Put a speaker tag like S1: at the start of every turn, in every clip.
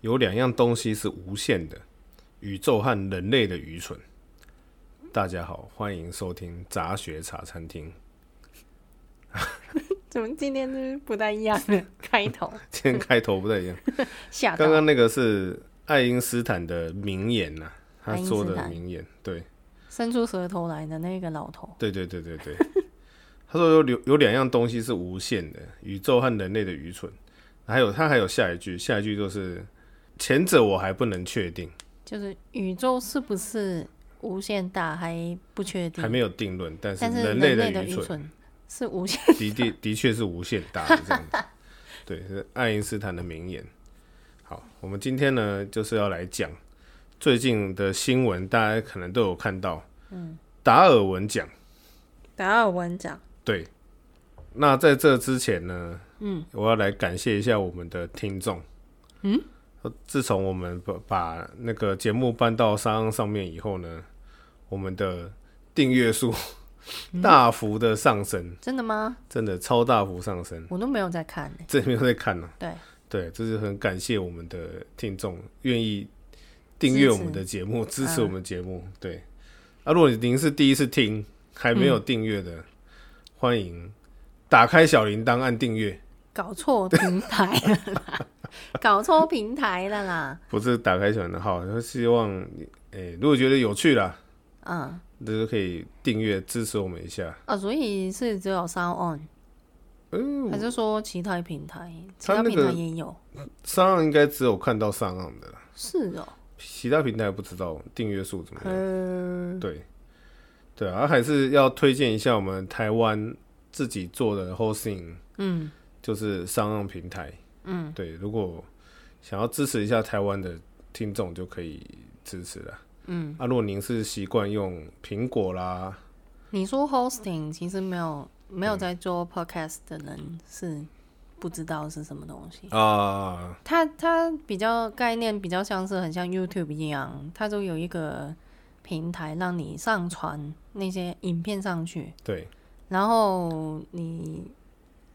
S1: 有两样东西是无限的：宇宙和人类的愚蠢。大家好，欢迎收听杂学茶餐厅。
S2: 怎么今天就是不太一样 的开头？
S1: 今天开头不太一 样，
S2: 吓到
S1: 刚刚那个是爱因斯坦的名言呐、他
S2: 爱因斯
S1: 说的
S2: 坦
S1: 名言。对，
S2: 伸出舌头来的那个老头，
S1: 对对对对对。 他说有有有两样东西是无限的：宇宙和人类的愚蠢。还有他还有下一句，下一句就是前者我还不能确定，
S2: 就是宇宙是不是无限大还不确定，
S1: 还没有定论，但是
S2: 但是
S1: 人
S2: 类
S1: 的
S2: 的
S1: 愚蠢
S2: 蠢是无 限。
S1: 的的的确是无限大的这样子。对，是爱因斯坦的名言。好，我们今天呢就是要来讲最近的新闻，大家可能都有看到，嗯，达尔文奖。
S2: 达尔文奖，
S1: 对，那在这之前呢，嗯，我要来感谢一下我们的听众。嗯，自从我们把把那个节目搬到三岸上面以后呢，我们的订阅数 大幅的上升，
S2: 真的吗？
S1: 真的超大幅上升。
S2: 我都没有在看呢、
S1: 这没有在看呢、啊
S2: 对，
S1: 对，这是很感谢我们的听众愿意订阅我们的节目，支持我嗯们节目。对，啊，如果您是第一次听还没有订阅的，欢迎打开小铃铛按订阅，
S2: 搞 错平台了啦，搞错平台了啦。
S1: 不是打开小铃铛。好，然后希望你，诶、如果觉得有趣啦，
S2: 嗯，
S1: 那就可以订阅支持我们一下。
S2: 啊，所以是只有 Sound On，、
S1: 嗯，
S2: 还是说其他平台？其
S1: 它
S2: 他
S1: 那
S2: 平台
S1: 个
S2: 也有？
S1: 上岸应该只有看到上岸的啦，
S2: 是哦、
S1: 其他平台不知道订阅数怎么样。
S2: 嗯，
S1: 对，对啊，还是要推荐一下我们台湾自己做的 hosting，
S2: 嗯，
S1: 就是商用平台。
S2: 嗯，
S1: 对，如果想要支持一下台湾的听众，就可以支持了。
S2: 嗯，
S1: 啊，如果您是习惯用苹果啦，
S2: 你说 hosting 其实没有没有在做 podcast 的人是不知道是什么东西。
S1: 啊，
S2: 它它比较概念比较像是很像 YouTube 一样，它就有一个平台让你上传那些影片上去，
S1: 对
S2: 然后你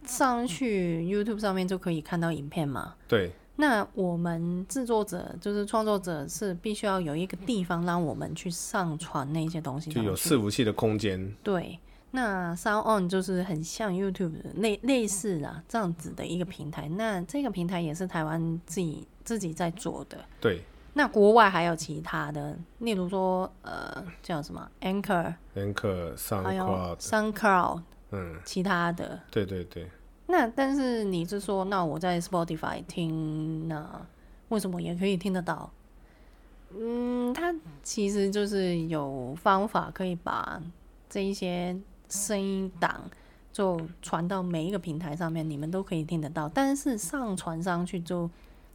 S2: 上去 YouTube 上面就可以看到影片嘛。
S1: 对，
S2: 那我们制作者就是创作者是必须要有一个地方让我们去上传那些东西上
S1: 就
S2: 去，
S1: 有伺服器的空间。
S2: 对，那 Sound On 就是很像 YouTube 的类类似啊这样子的一个平台。那这个平台也是台湾自己自己在做的。
S1: 对
S2: 那国外还有其他的，例如说呃叫什么 Anchor，
S1: ，Anchor、
S2: 还有
S1: SoundCloud，
S2: SoundCloud
S1: 嗯，
S2: 其他的。
S1: 对对对，
S2: 那但是你是说，那我在 Spotify 听，那为什么也可以听得到？嗯，它其实就是有方法可以把这一些声音档就传到每一个平台上面，你们都可以听得到。但是上传上去就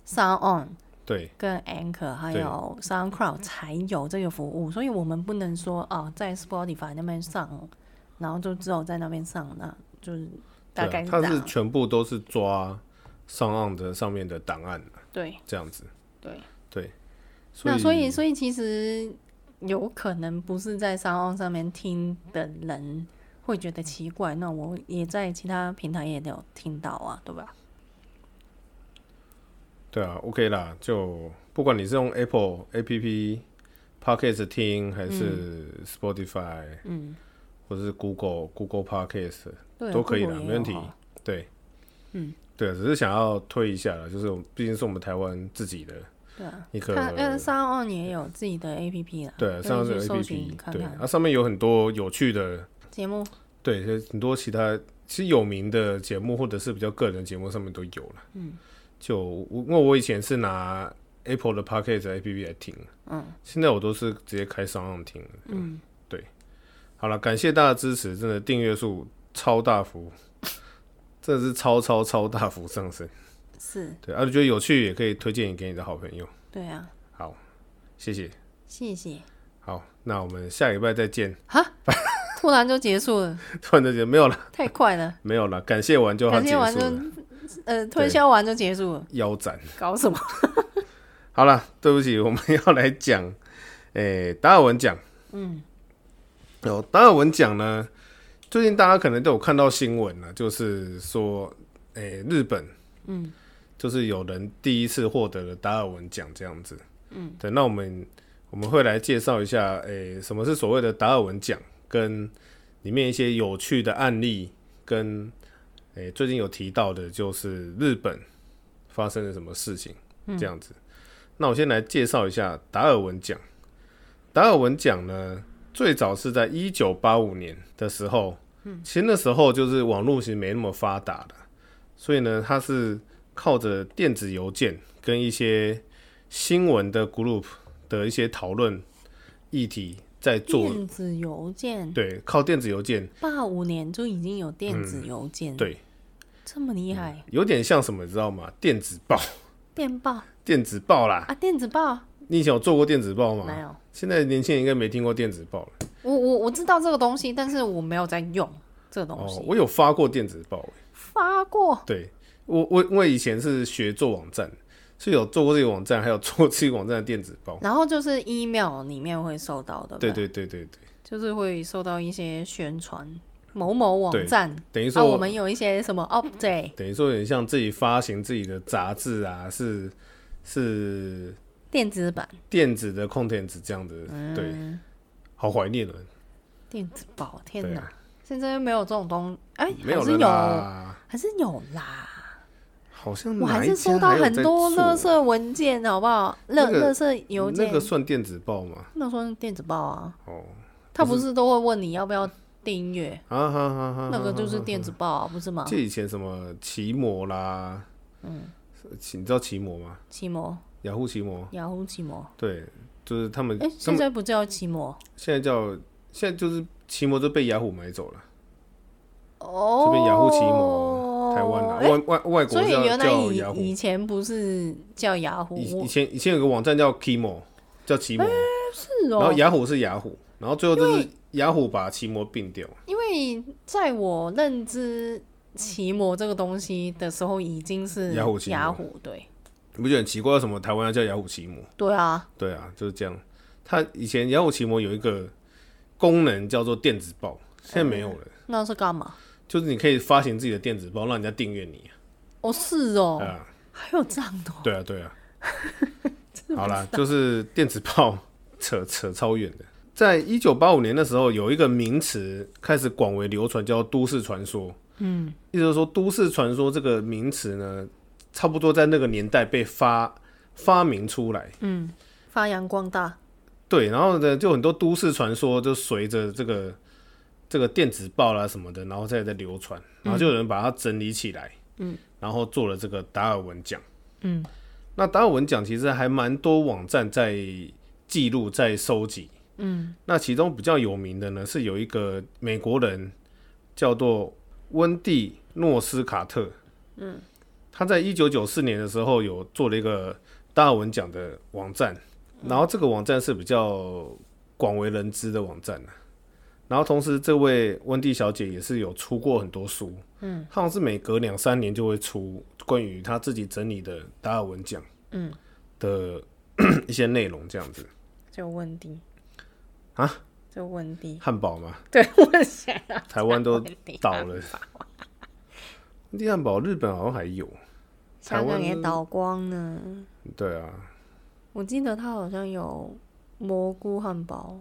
S2: Sound On
S1: 对
S2: 跟 Anchor 还
S1: 对
S2: 有 SoundCloud 才有这个服务，所以我们不能说哦，在 Spotify 那边上，然后就只有在那边上，那就是大
S1: 对
S2: 概
S1: 啊，
S2: 是
S1: 它
S2: 这样
S1: 是。全部都是抓上岸的上面的档案
S2: 对
S1: 这样子。
S2: 对，
S1: 对，所
S2: 那
S1: 以
S2: 所以所以其实有可能不是在商岸上面听的人会觉得奇怪，那我也在其他平台也有听到啊，对吧？
S1: 对啊，OK 啦，就不管你是用 Apple APP、Podcast 听，还是 Spotify，嗯，或者是 Google Google Podcast，
S2: 对啊，
S1: 都可以啦
S2: Google 也
S1: 没问题
S2: 有啊
S1: 对，嗯，对啊，只是想要推一下啦，就是我们毕竟是我们台湾自己的
S2: 对啊，
S1: 一个，
S2: 它呃商岸也有自己的 APP 啦，
S1: 对啊，
S2: 可
S1: 上面
S2: 以去
S1: 有
S2: 搜寻
S1: APP，
S2: 看
S1: 对，
S2: 看
S1: 它上面有很多有趣的，
S2: 节目。
S1: 对，就是很多其他其实有名的节目或者是比较个人的节目上面都有了。嗯，就我因为我以前是拿 Apple 的 p o c k e t A P P 来听，嗯，现在我都是直接开商用听。
S2: 嗯，
S1: 对，好了，感谢大家支持，真的订阅数超大幅，真的是超超超大幅上升。
S2: 是，
S1: 对，啊，觉得有趣也可以推荐给你的好朋友。
S2: 对啊，
S1: 好，谢谢。
S2: 谢谢。
S1: 好，那我们下礼拜再见。
S2: 突然就结束了，
S1: 突然之间没有了，
S2: 太 快了，
S1: 没有了，感谢完就要
S2: 感
S1: 结
S2: 谢
S1: 束
S2: 完就
S1: 了，
S2: 呃推销完就结束了，
S1: 腰斩。
S2: 搞什么？
S1: 好了，对不起，我们要来讲， 诶、达尔文奖。
S2: 嗯，
S1: 有达尔文奖呢，最啊近大家可能都有看到新闻了，就是说，诶、日本，
S2: 嗯，
S1: 就是有人第一次获得了达尔文奖这样子。嗯，对，那我们我们会来介绍一下，诶、什么是所谓的达尔文奖，跟里面一些有趣的案例，跟诶、最近有提到的，就是日本发生了什么事情
S2: 嗯
S1: 这样子。那我先来介绍一下达尔文奖。达尔文奖呢，最早是在一九八五年的时候，嗯，其实那时候就是网络其实没那么发达的，所以呢，它是靠着电子邮件跟一些新闻的 group 的一些讨论议题在做，
S2: 电子邮件，
S1: 对，靠电子邮件，
S2: 八五年就已经有电子邮件，，
S1: 对，
S2: 这么
S1: 嗯
S2: 厉害，
S1: 有点像什么，你知道吗？电子报，
S2: 电报
S1: 电子报啦，
S2: 啊，电子报
S1: 你以前有做过电子报
S2: 没
S1: 吗？
S2: 有，
S1: 现在年轻人应该没听过电子报了。
S2: 我我我知道这个东西，但是我没有在用这个东
S1: 哦，
S2: 西，
S1: 我有发过电子报，欸
S2: 发过
S1: 对我我我以前是学做网站，是有做过这个网站，还有做这个网站的电子报。
S2: 然后就是 email 里面会收到的，
S1: 对
S2: 不对，
S1: 对对对对，
S2: 就是会收到一些宣传某某网站，
S1: 等于
S2: 啊，
S1: 说、
S2: 我们有一些什么 update
S1: 等于说有点像自己发行自己的杂志啊，是是
S2: 电子版，
S1: 电子的 content 这样的，对，
S2: 嗯，
S1: 好怀念哦，
S2: 电子报，天
S1: 对
S2: 哪，现在没有这种东，哎，
S1: 没有
S2: 还是
S1: 了
S2: 有，
S1: 啦，
S2: 还是有啦。
S1: 好像
S2: 我还
S1: 哪一
S2: 是
S1: 家
S2: 收到
S1: 还有
S2: 很
S1: 在
S2: 多
S1: 做
S2: 垃圾文件，好不好？
S1: 那
S2: 垃
S1: 个
S2: 垃圾邮件
S1: 那，个算电子报吗？
S2: 那时候是电子报啊，
S1: 哦，
S2: 他不是都会问你要不要订阅，
S1: 啊哈哈哈，
S2: 那个就
S1: 哈
S2: 是电子报啊，不是吗
S1: 就？以前什么奇摩啦，嗯，你知道奇摩吗？
S2: 奇摩，
S1: 雅虎奇摩，
S2: 雅虎奇摩，
S1: 对，就是他们，
S2: 哎，
S1: 他
S2: 现
S1: 们
S2: 在不叫奇摩
S1: 现在叫现在就是奇摩就被雅虎买走了，
S2: 哦，
S1: 这边雅虎奇摩台湾啊，
S2: 哎
S1: 外外外国
S2: 所以
S1: 叫
S2: 原来
S1: 叫雅
S2: 以
S1: 虎
S2: 以，前不是叫雅虎，
S1: 以以
S2: 我
S1: 前以前有个网站叫 Kimo，叫奇摩，
S2: 是
S1: 然后
S2: 哦，
S1: 雅虎是雅虎，然后最后就是雅虎把奇摩并掉，
S2: 因为在我认知奇摩这个东西的时候，已经是
S1: 雅虎奇摩
S2: 雅虎对
S1: 你不觉得很奇怪？为什么台湾要叫雅虎奇摩？
S2: 对啊，
S1: 对啊，就是这样。它以前雅虎奇摩有一个功能叫做电子报，现在没有了，
S2: 那是干嘛？
S1: 就是你可以发行自己的电子报，让人家订阅你
S2: 哦，是哦，
S1: 啊。
S2: 还有这样的哦、
S1: 对啊，对啊。好啦，就是电子报扯扯超远的。在一九八五年的时候，有一个名词开始广为流传，叫都市传说。嗯，意思就是说，都市传说这个名词呢，差不多在那个年代被发发明出来。
S2: 嗯，发扬光大，
S1: 对，然后呢，就很多都市传说就随着这个这个电子报啦什么的，然后再在流传，然后就有人把它整理起来，嗯，然后做了这个达尔文奖，
S2: 嗯，
S1: 那达尔文奖其实还蛮多网站在记录在收集，嗯，那其中比较有名的呢是有一个美国人叫做温蒂诺斯卡特，嗯，他在一九九四年的时候有做了一个达尔文奖的网站。嗯然后这个网站是比较广为人知的网站、啊、然后同时，这位温蒂小姐也是有出过很多书，嗯，她好像是每隔两三年就会出关于她自己整理的达尔文奖，
S2: 嗯
S1: 的 一些内容这样子。
S2: 就问题
S1: 啊，
S2: 就问题，
S1: 汉堡 嘛，
S2: 对，我想要
S1: 台湾都
S2: 问题
S1: 倒 了，温蒂汉堡日本好像还有，台
S2: 香
S1: 湾
S2: 港也倒光了。
S1: 对啊，
S2: 我记得它好像有蘑菇汉堡、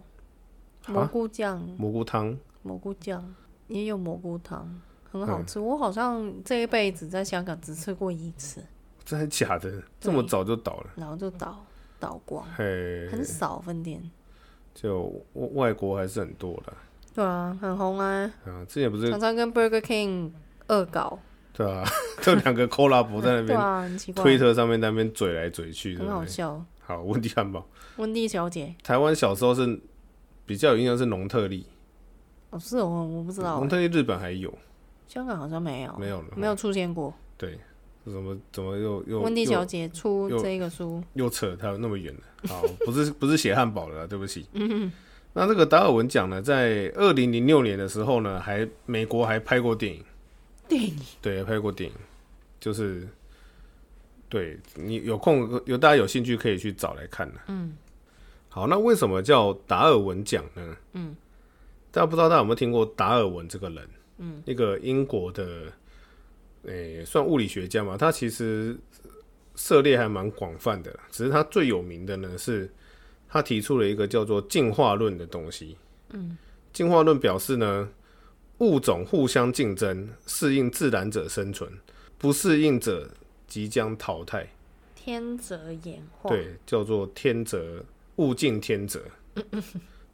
S2: 蘑
S1: 啊，
S2: 菇酱、
S1: 蘑菇汤，
S2: 蘑菇酱，也有蘑菇汤，很好吃。我好像这一辈子在香港只吃过一次，
S1: 真的假的？这么早就倒了？
S2: 然后就倒倒光，
S1: 嘿，
S2: 很少分店。
S1: 就外国还是很多的
S2: 对啊，很红啊，
S1: 啊，之前不是
S2: 常常跟 Burger King 恶搞。
S1: 对啊， 就两个 c o l a b 在那
S2: 对
S1: 边、
S2: 啊，很奇怪，
S1: 推特上面在那边嘴来嘴去，对
S2: 很
S1: 不
S2: 好
S1: 对？
S2: 笑。
S1: 好，温蒂汉堡，
S2: 温蒂小姐，
S1: 台湾小时候是比较有印象是农特利，
S2: 哦，是哦，我不知道
S1: 农，特利日本还有
S2: 香港好像没有，
S1: 嗯没有了？
S2: 没有出现过。
S1: 对，怎么怎么又又
S2: 温蒂
S1: 又
S2: 小姐出这个书，
S1: 又扯它那么远了？好，不是不是写汉堡了啦，对不起。那这个达尔文奖呢，在二零零六年的时候呢，还美国还拍过电影，
S2: 电影
S1: 对，拍过电影，就是对你有空有大家有兴趣可以去找来看呢、嗯，好，那为什么叫达尔文奖呢？嗯，大家不知道大家有没有听过达尔文这个人？嗯，一个英国的，诶、算物理学家嘛，他其实涉猎还蛮广泛的啦，只是他最有名的呢是，他提出了一个叫做进化论的东西。嗯，进化论表示呢，物种互相竞争，适应自然者生存，不适应者即将淘汰。
S2: 天择演化，
S1: 对，叫做天择，物竞天择。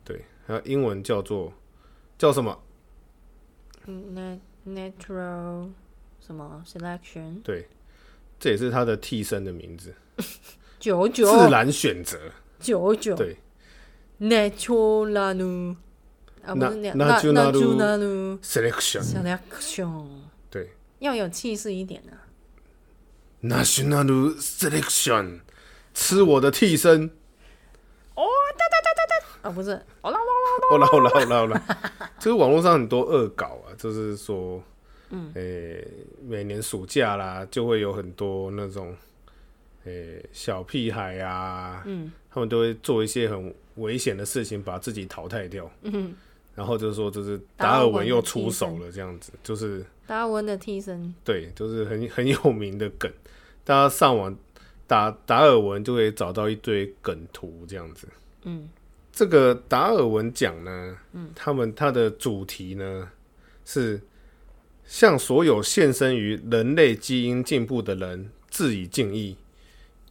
S1: 对，它英文叫做叫什么？
S2: ，nat 嗯 natural 什么 selection
S1: 对，这也是它的替身的名字，
S2: 九九
S1: 自然选择。
S2: 九九
S1: 对，
S2: natural 啊，不是
S1: 那
S2: natural
S1: selection，
S2: selection
S1: 对
S2: 要有气势一点啊，
S1: ，national selection，吃我的替身。
S2: 啊不是，
S1: 哦啦哦啦哦啦 哦啦，就是网络上很多恶搞啊，就是说，嗯，诶、每年暑假啦，就会有很多那种，诶、小屁孩啊，嗯，他们都会做一些很危险的事情，把自己淘汰掉，嗯，然后就是说，就是达尔文又出手了，这样子，就是
S2: 达尔文的替身，
S1: 对，就是很 很有名的梗，大家上网打达尔文就会找到一堆梗图这样子。
S2: 嗯，
S1: 这个达尔文奖呢，他们它的主题呢是向所有献身于人类基因进步的人致以敬意，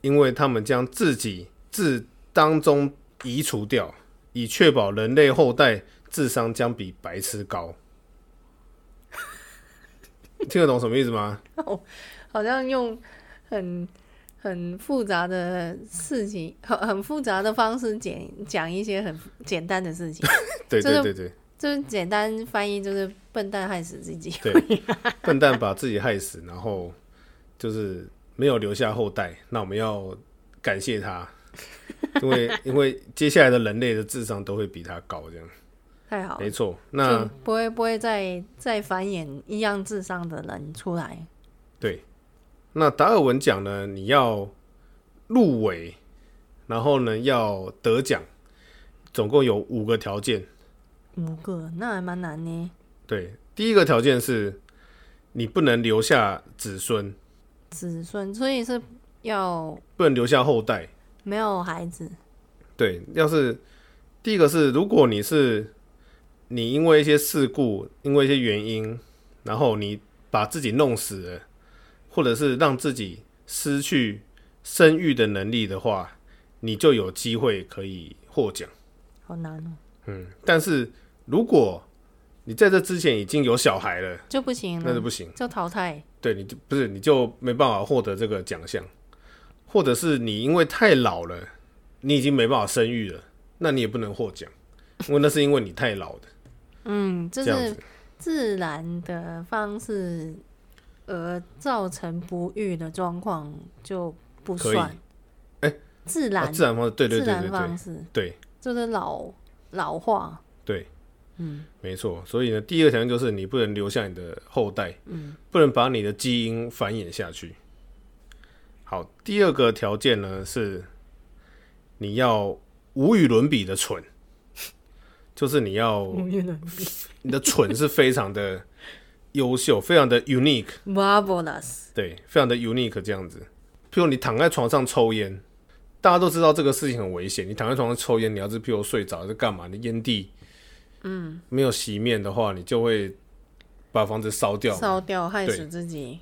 S1: 因为他们将自己自当中移除掉，以确保人类后代智商将比白痴高。听得懂什么意思吗？
S2: 好像用很很复杂的事情，很很复杂的方式讲讲一些很简单的事情，
S1: 对
S2: 就是
S1: 对对对
S2: 就是简单翻译就是笨蛋害死自己，
S1: 对，笨蛋把自己害死，然后就是没有留下后代，那我们要感谢他，因为因为接下来的人类的智商都会比他高，这样
S2: 太好了
S1: 没。错。
S2: 就
S1: 那
S2: 不会不会再再繁衍一样智商的人出来。
S1: 对，那达尔文奖呢，你要入围，然后呢要得奖，总共有五个条件。
S2: 五个，那还蛮难呢。
S1: 对，第一个条件是你不能留下子孙，
S2: 子孙，所以是要
S1: 不能留下后代。
S2: 没有孩子，
S1: 对，要是第一个是，如果你是你因为一些事故，因为一些原因，然后你把自己弄死了，或者是让自己失去生育的能力的话，你就有机会可以获奖。
S2: 好难哦，
S1: 嗯，但是如果你在这之前已经有小孩了，
S2: 就不行
S1: 那就
S2: 了，
S1: 不行。
S2: 就淘汰。
S1: 对，你就不是你就没办法获得这个奖项，或者是你因为太老了，你已经没办法生育了，那你也不能获奖，因为那是因为你太老的
S2: 嗯，就
S1: 这样
S2: 是
S1: 子。
S2: 自然的方式而造成不育的状况就不算。
S1: 可以哎
S2: 自
S1: 啊
S2: 然
S1: 自然方式，对对对
S2: 自
S1: 对
S2: 然
S1: 对
S2: 方式
S1: 对
S2: 就是老老化。
S1: 对，
S2: 嗯，
S1: 没错。所以呢，第二个条件就是你不能留下你的后代，嗯，不能把你的基因繁衍下去。好，第二个条件呢是你要无与伦比的蠢，就是你要你的蠢是非常的优秀，非常的 unique，
S2: marvelous，
S1: 对，非常的 unique 这样子。譬如你躺在床上抽烟，大家都知道这个事情很危险。你躺在床上抽烟，你要是譬如睡着是干嘛？你烟蒂，嗯，没有熄灭的话，你就会把房子烧掉。
S2: 烧掉害
S1: 对
S2: 死自己。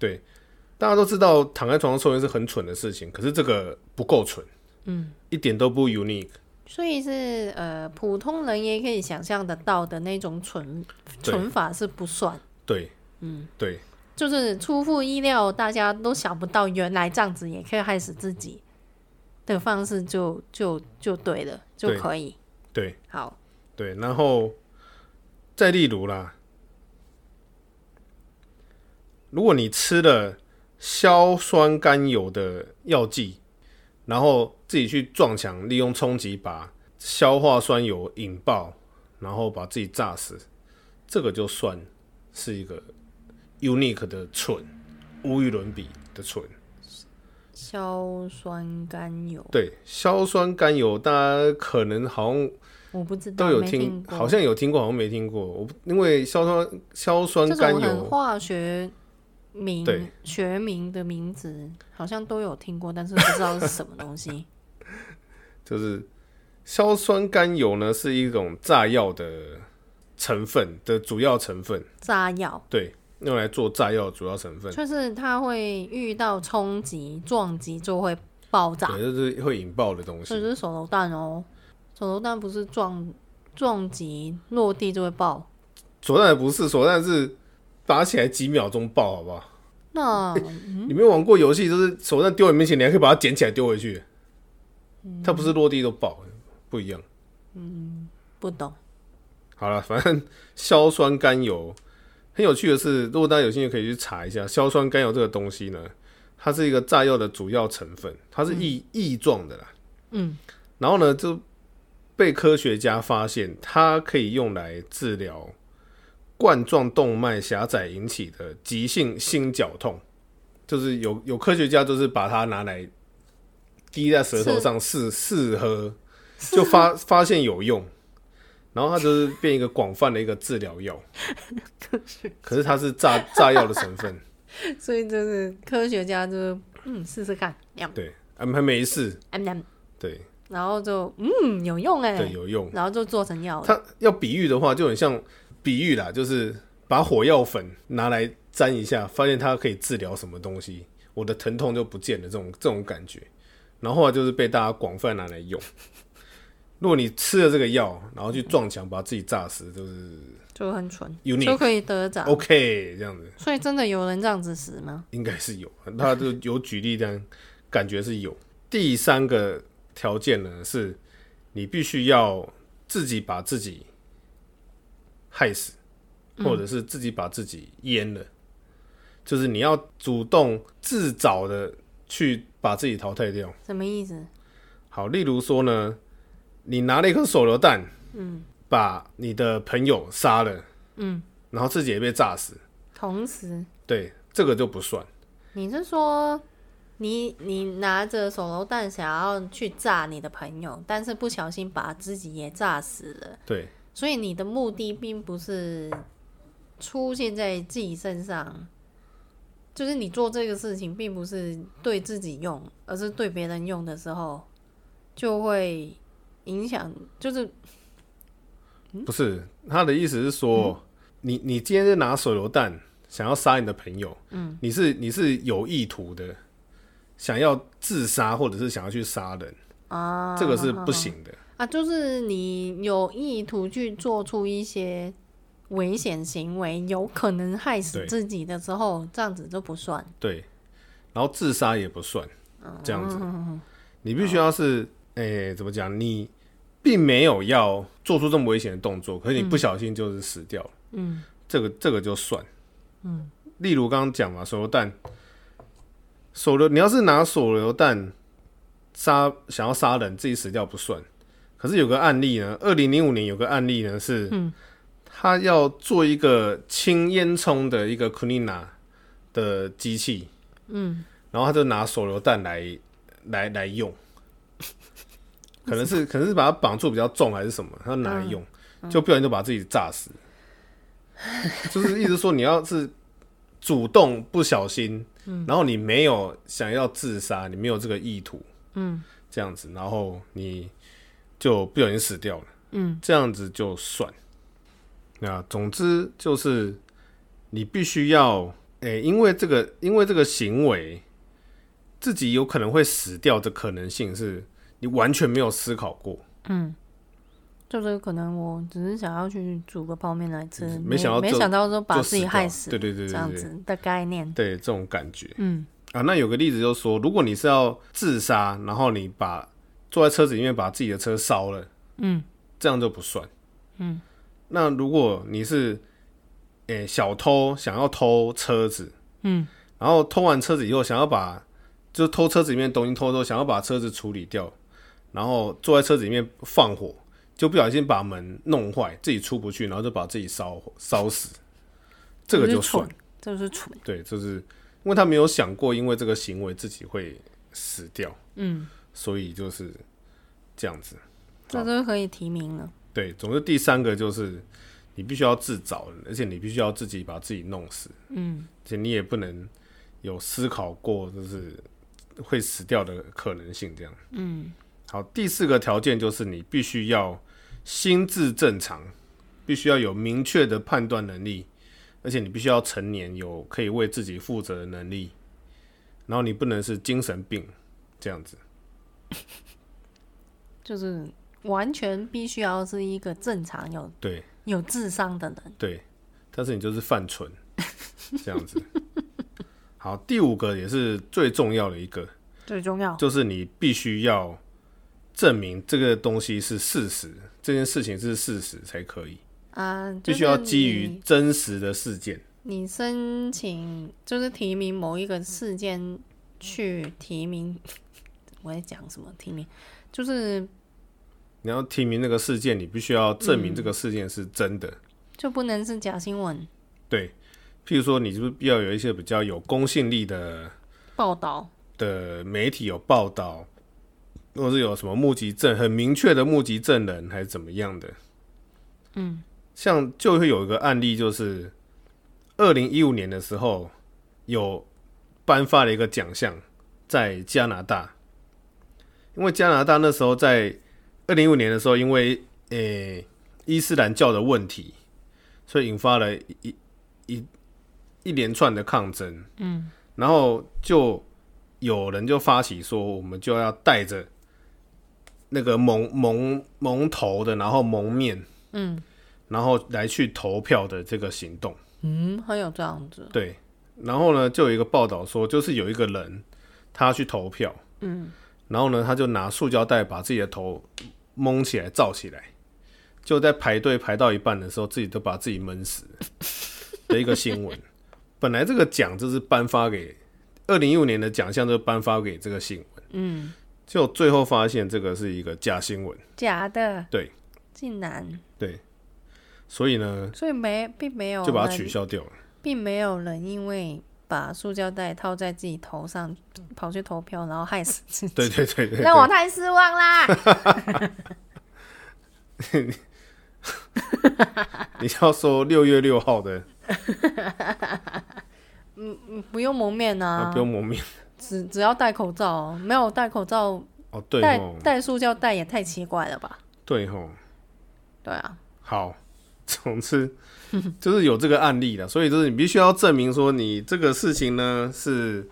S1: 大家都知道躺在床上抽烟是很蠢的事情，可是这个不够蠢，嗯，一点都不 unique。
S2: 所以是呃，普通人也可以想象得到的那种蠢
S1: 对
S2: 蠢法是不算，
S1: 对，嗯，对，
S2: 就是出乎意料，大家都想不到原来这样子也可以害死自己的方式就，就就对了，就
S1: 对
S2: 可以。
S1: 对，
S2: 好，
S1: 对。然后再例如啦，如果你吃了硝酸甘油的药剂，然后自己去撞墙，利用冲击把硝化酸油引爆，然后把自己炸死，这个就算是一个 unique 的蠢，无与伦比的蠢。
S2: 硝酸甘油，
S1: 对，硝酸甘油大家可能好像
S2: 我不知道，
S1: 都有
S2: 没
S1: 听，
S2: 过
S1: 好像有听过，好像没听过。我不因为硝酸硝酸
S2: 这
S1: 甘
S2: 种很
S1: 油，
S2: 化学名
S1: 对
S2: 学名的名字好像都有听过，但是不知道是什么东西。
S1: 就是硝酸甘油呢是一种炸药的成分的主要成分，
S2: 炸药
S1: 对，用来做炸药的主要成分，
S2: 就是它会遇到冲击、撞击就会爆炸，
S1: 对，就是会引爆的东
S2: 所以
S1: 西。
S2: 就是手榴弹哦。手榴弹不是撞撞击落地就会爆，
S1: 左弹不是左弹是打起来几秒钟爆，好不好？
S2: 那
S1: 你没有玩过游戏，就是手弹丢你面前，你还可以把它捡起来丢回去，
S2: 嗯
S1: 它不是落地都爆，不一样。
S2: 不懂。
S1: 好了，反正硝酸甘油很有趣的是，如果大家有兴趣可以去查一下硝酸甘油这个东西呢，它是一个炸药的主要成分，它是液液状的啦。
S2: 嗯，
S1: 然后呢，就被科学家发现，它可以用来治疗冠状动脉狭窄引起的急性心绞痛，就是有有科学家就是把它拿来滴在舌头上试试 喝，就发发现有用，然后它就是变一个广泛的一个治疗药。 可是它是炸炸药的成分，
S2: 所以就是科学家就是嗯试试看，嗯
S1: 对，啊还没事，
S2: 嗯嗯
S1: 对
S2: 然后就嗯有用哎、
S1: 对有用。
S2: 然后就做成药了。
S1: 它要比喻的话，就很像比喻啦，就是把火药粉拿来沾一下，发现它可以治疗什么东西，我的疼痛就不见了，这种这种感觉。然后后来啊就是被大家广泛拿来用。如果你吃了这个药，然后去撞墙把自己炸死，就是
S2: 就很蠢
S1: Unique
S2: 就可以得奖。
S1: 哦 OK 这样子，
S2: 所以真的有人这样子死吗？
S1: 应该是有。他 就有举例，但感觉是有。第三个条件呢，是你必须要自己把自己害死，
S2: 嗯
S1: 或者是自己把自己淹了，就是你要主动自找的去把自己淘汰掉。
S2: 什么意思？
S1: 好，例如说呢，你拿了一颗手榴弹，
S2: 嗯，
S1: 把你的朋友杀了，
S2: 嗯，
S1: 然后自己也被炸死，
S2: 同时，
S1: 对，这个就不算。
S2: 你是说你你拿着手榴弹想要去炸你的朋友，但是不小心把自己也炸死了，
S1: 对，
S2: 所以你的目的并不是出现在自己身上，就是你做这个事情并不是对自己用，而是对别人用的时候就会影响，就是
S1: 不是，他的意思是说，你你今天是拿手榴弹想要杀你的朋友，嗯，你是你是有意图的，想要自杀或者是想要去杀人，
S2: 啊，
S1: 这个是不行的。
S2: 啊，就是你有意图去做出一些危险行为，有可能害死
S1: 对
S2: 自己的时候，这样子就不算。
S1: 对，然后自杀也不算，这样子，你必须要是，诶、怎么讲？你并没有要做出这么危险的动作，可是你不小心就是死掉了，
S2: 嗯，
S1: 这个这个就算，嗯，例如刚刚讲嘛，手榴弹，手榴，你要是拿手榴弹杀想要杀人，自己死掉不算。可是有个案例呢，二零零五年有个案例呢是，他要做一个清烟囱的一个 cleaner 的机器，
S2: 嗯，
S1: 然后他就拿手榴弹来来来 用，可能是可能是把它绑住比较重还是什么，他拿来
S2: 嗯
S1: 用，就不小心就把自己炸死，就是意思说你要是主动不小心，
S2: 嗯
S1: 然后你没有想要自杀，你没有这个意图，
S2: 嗯，
S1: 这样子，然后你就不小心死掉了，
S2: 嗯，
S1: 这样子就算。那总之就是你必须要，诶、因为这个因为这个行为，自己有可能会死掉的可能性是你完全没有思考过，
S2: 就是可能我只是想要去煮个泡面来吃，
S1: 嗯
S2: 没
S1: 没想到
S2: 没
S1: 就
S2: 想到说把
S1: 就
S2: 自己
S1: 掉
S2: 害
S1: 了
S2: 死，
S1: 对对对
S2: 这
S1: 对
S2: 样
S1: 对
S2: 子的概念。
S1: 对这种感觉
S2: 嗯
S1: 啊。那有个例子就是说，如果你是要自杀，然后你把坐在车子里面把自己的车烧了，
S2: 嗯
S1: 这样就不算。
S2: 嗯，
S1: 那如果你是诶、小偷想要偷车子，
S2: 嗯
S1: 然后偷完车子以后想要把就偷车子里面的东西偷偷想要把车子处理掉，然后坐在车子里面放火，就不小心把门弄坏，自己出不去，然后就把自己烧烧死，这个
S2: 是
S1: 就算
S2: 蠢。，这是蠢。
S1: 对，就是因为他没有想过，因为这个行为自己会死掉，
S2: 嗯，
S1: 所以就是这样子。啊
S2: 这就可以提名了。
S1: 对，总之第三个就是你必须要自找，而且你必须要自己把自己弄死，
S2: 嗯，
S1: 而且你也不能有思考过就是会死掉的可能性这样。嗯，好，第四个条件就是你必须要心智正常，必须要有明确的判断能力，而且你必须要成年，有可以为自己负责的能力，然后你不能是精神病这样子。
S2: 就是完全必须要是一个正常有
S1: 对，
S2: 有智商的人。
S1: 对，但是你就是犯蠢这样子。好，第五个也是最重要的一个，
S2: 最重要，
S1: 就是你必须要证明这个东西是事实，这件事情是事实才可以，
S2: 啊，
S1: 必须要基于真实的事件。
S2: 你申请，就是提名某一个事件去提名。 我在讲什么？提名就是
S1: 你要提名那个事件，你必须要证明这个事件是真的。
S2: 就不能是假新闻
S1: 对，譬如说，你就是要有一些比较有公信力的
S2: 报道，
S1: 的媒体有报道，或是有什么目击证很明确的目击证人，还是怎么样的。嗯，像就会有一个案例，就是二零一五年的时候有颁发了一个奖项在加拿大，因为加拿大那时候在二零一五年的时候，因为诶、伊斯兰教的问题，所以引发了一一一一连串的抗争。嗯，然后就有人就发起说，我们就要带着那个蒙蒙蒙头的，然后蒙面，
S2: 嗯
S1: 然后来去投票的这个行动。
S2: 嗯，还有这样子，
S1: 对，然后呢，就有一个报道说，就是有一个人他去投票，
S2: 嗯，
S1: 然后呢，他就拿塑胶袋把自己的头蒙起来罩起来，就在排队排到一半的时候，自己都把自己闷死 的一个新闻。本来这个奖就是颁发给二零一五年的奖项，就颁发给这个新闻。
S2: 嗯，
S1: 就最后发现这个是一个假新闻，
S2: 假的，
S1: 对，
S2: 竟然，
S1: 对，所以呢
S2: 所以没，并没有
S1: 就把它
S2: 人
S1: 取消掉了。
S2: 并没有人因为把塑胶袋套在自己头上跑去投票，然后害死自己，
S1: 对对对对
S2: 让我太失 望啦。
S1: 你要说六月六号的，
S2: 嗯不用蒙面
S1: 啊、
S2: 啊，
S1: 不用蒙面
S2: 只只要戴口罩，哦没有戴口罩，
S1: 哦，对
S2: 戴
S1: 哦，
S2: 戴塑胶袋也太奇怪了吧？
S1: 对哦，
S2: 对啊，
S1: 好， 总之就是有这个案例的，所以就是你必须要证明说你这个事情呢是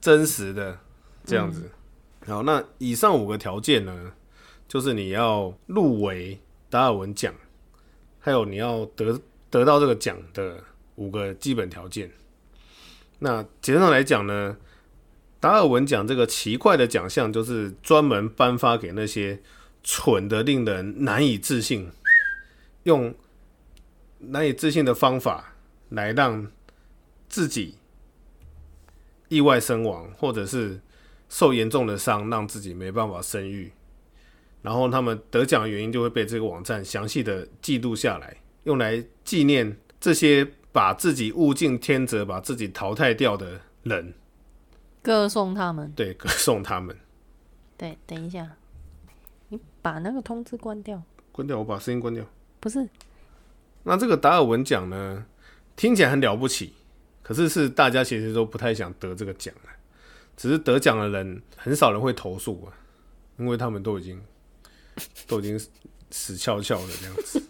S1: 真实的这样子。好，那以上五个条件呢，就是你要入围达尔文奖，还有你要得得到这个奖的五个基本条件。那简单来讲呢，达尔文奖这个奇怪的奖项，就是专门颁发给那些蠢的、令人难以置信用难以置信的方法来让自己意外身亡，或者是受严重的伤，让自己没办法生育。然后他们得奖的原因就会被这个网站详细的记录下来，用来纪念这些把自己物竞天择、把自己淘汰掉的人，
S2: 歌颂他们。
S1: 对，歌颂他们。
S2: 对，等一下，你把那个通知关掉，
S1: 关掉，我把声音关掉。
S2: 不是？
S1: 那这个达尔文奖呢，听起来很了不起，可是是大家其实都不太想得这个奖啊，只是得奖的人很少人会投诉啊，因为他们都已经 都已经死死翘翘的这样子。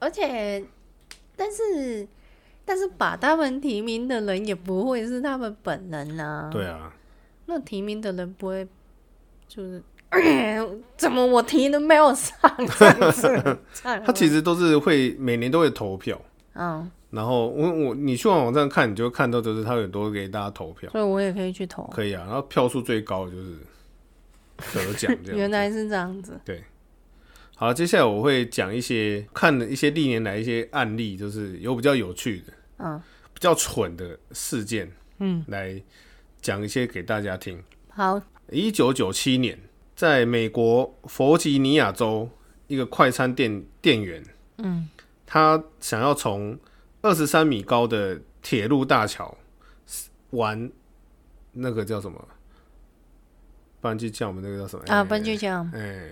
S2: 而且，但是但是把他们提名的人也不会是他们本人啊。
S1: 对啊，
S2: 那提名的人不会就是。 怎么我提都没有上这样 子？这样
S1: 他其实都是会每年都会投票，
S2: 嗯，
S1: 然后我我你去网站看，你就会看到就是他有多给大家投票，
S2: 所以我也可以去投。
S1: 可以啊，然后票数最高的就是得奖这样子。
S2: 原来是这样子，
S1: 好，接下来我会讲一些看了一些历年来一些案例，就是有比较有趣的，
S2: 嗯，
S1: 比较蠢的事件，
S2: 嗯，
S1: 来讲一些给大家听。
S2: 好，啊
S1: 一九九七年，在美国弗吉尼亚州一个快餐店店员，
S2: 嗯，
S1: 他想要从二十三米高的铁路大桥玩那个叫什么？班机叫我们那个叫什么？
S2: 啊，本剧奖，
S1: 哎、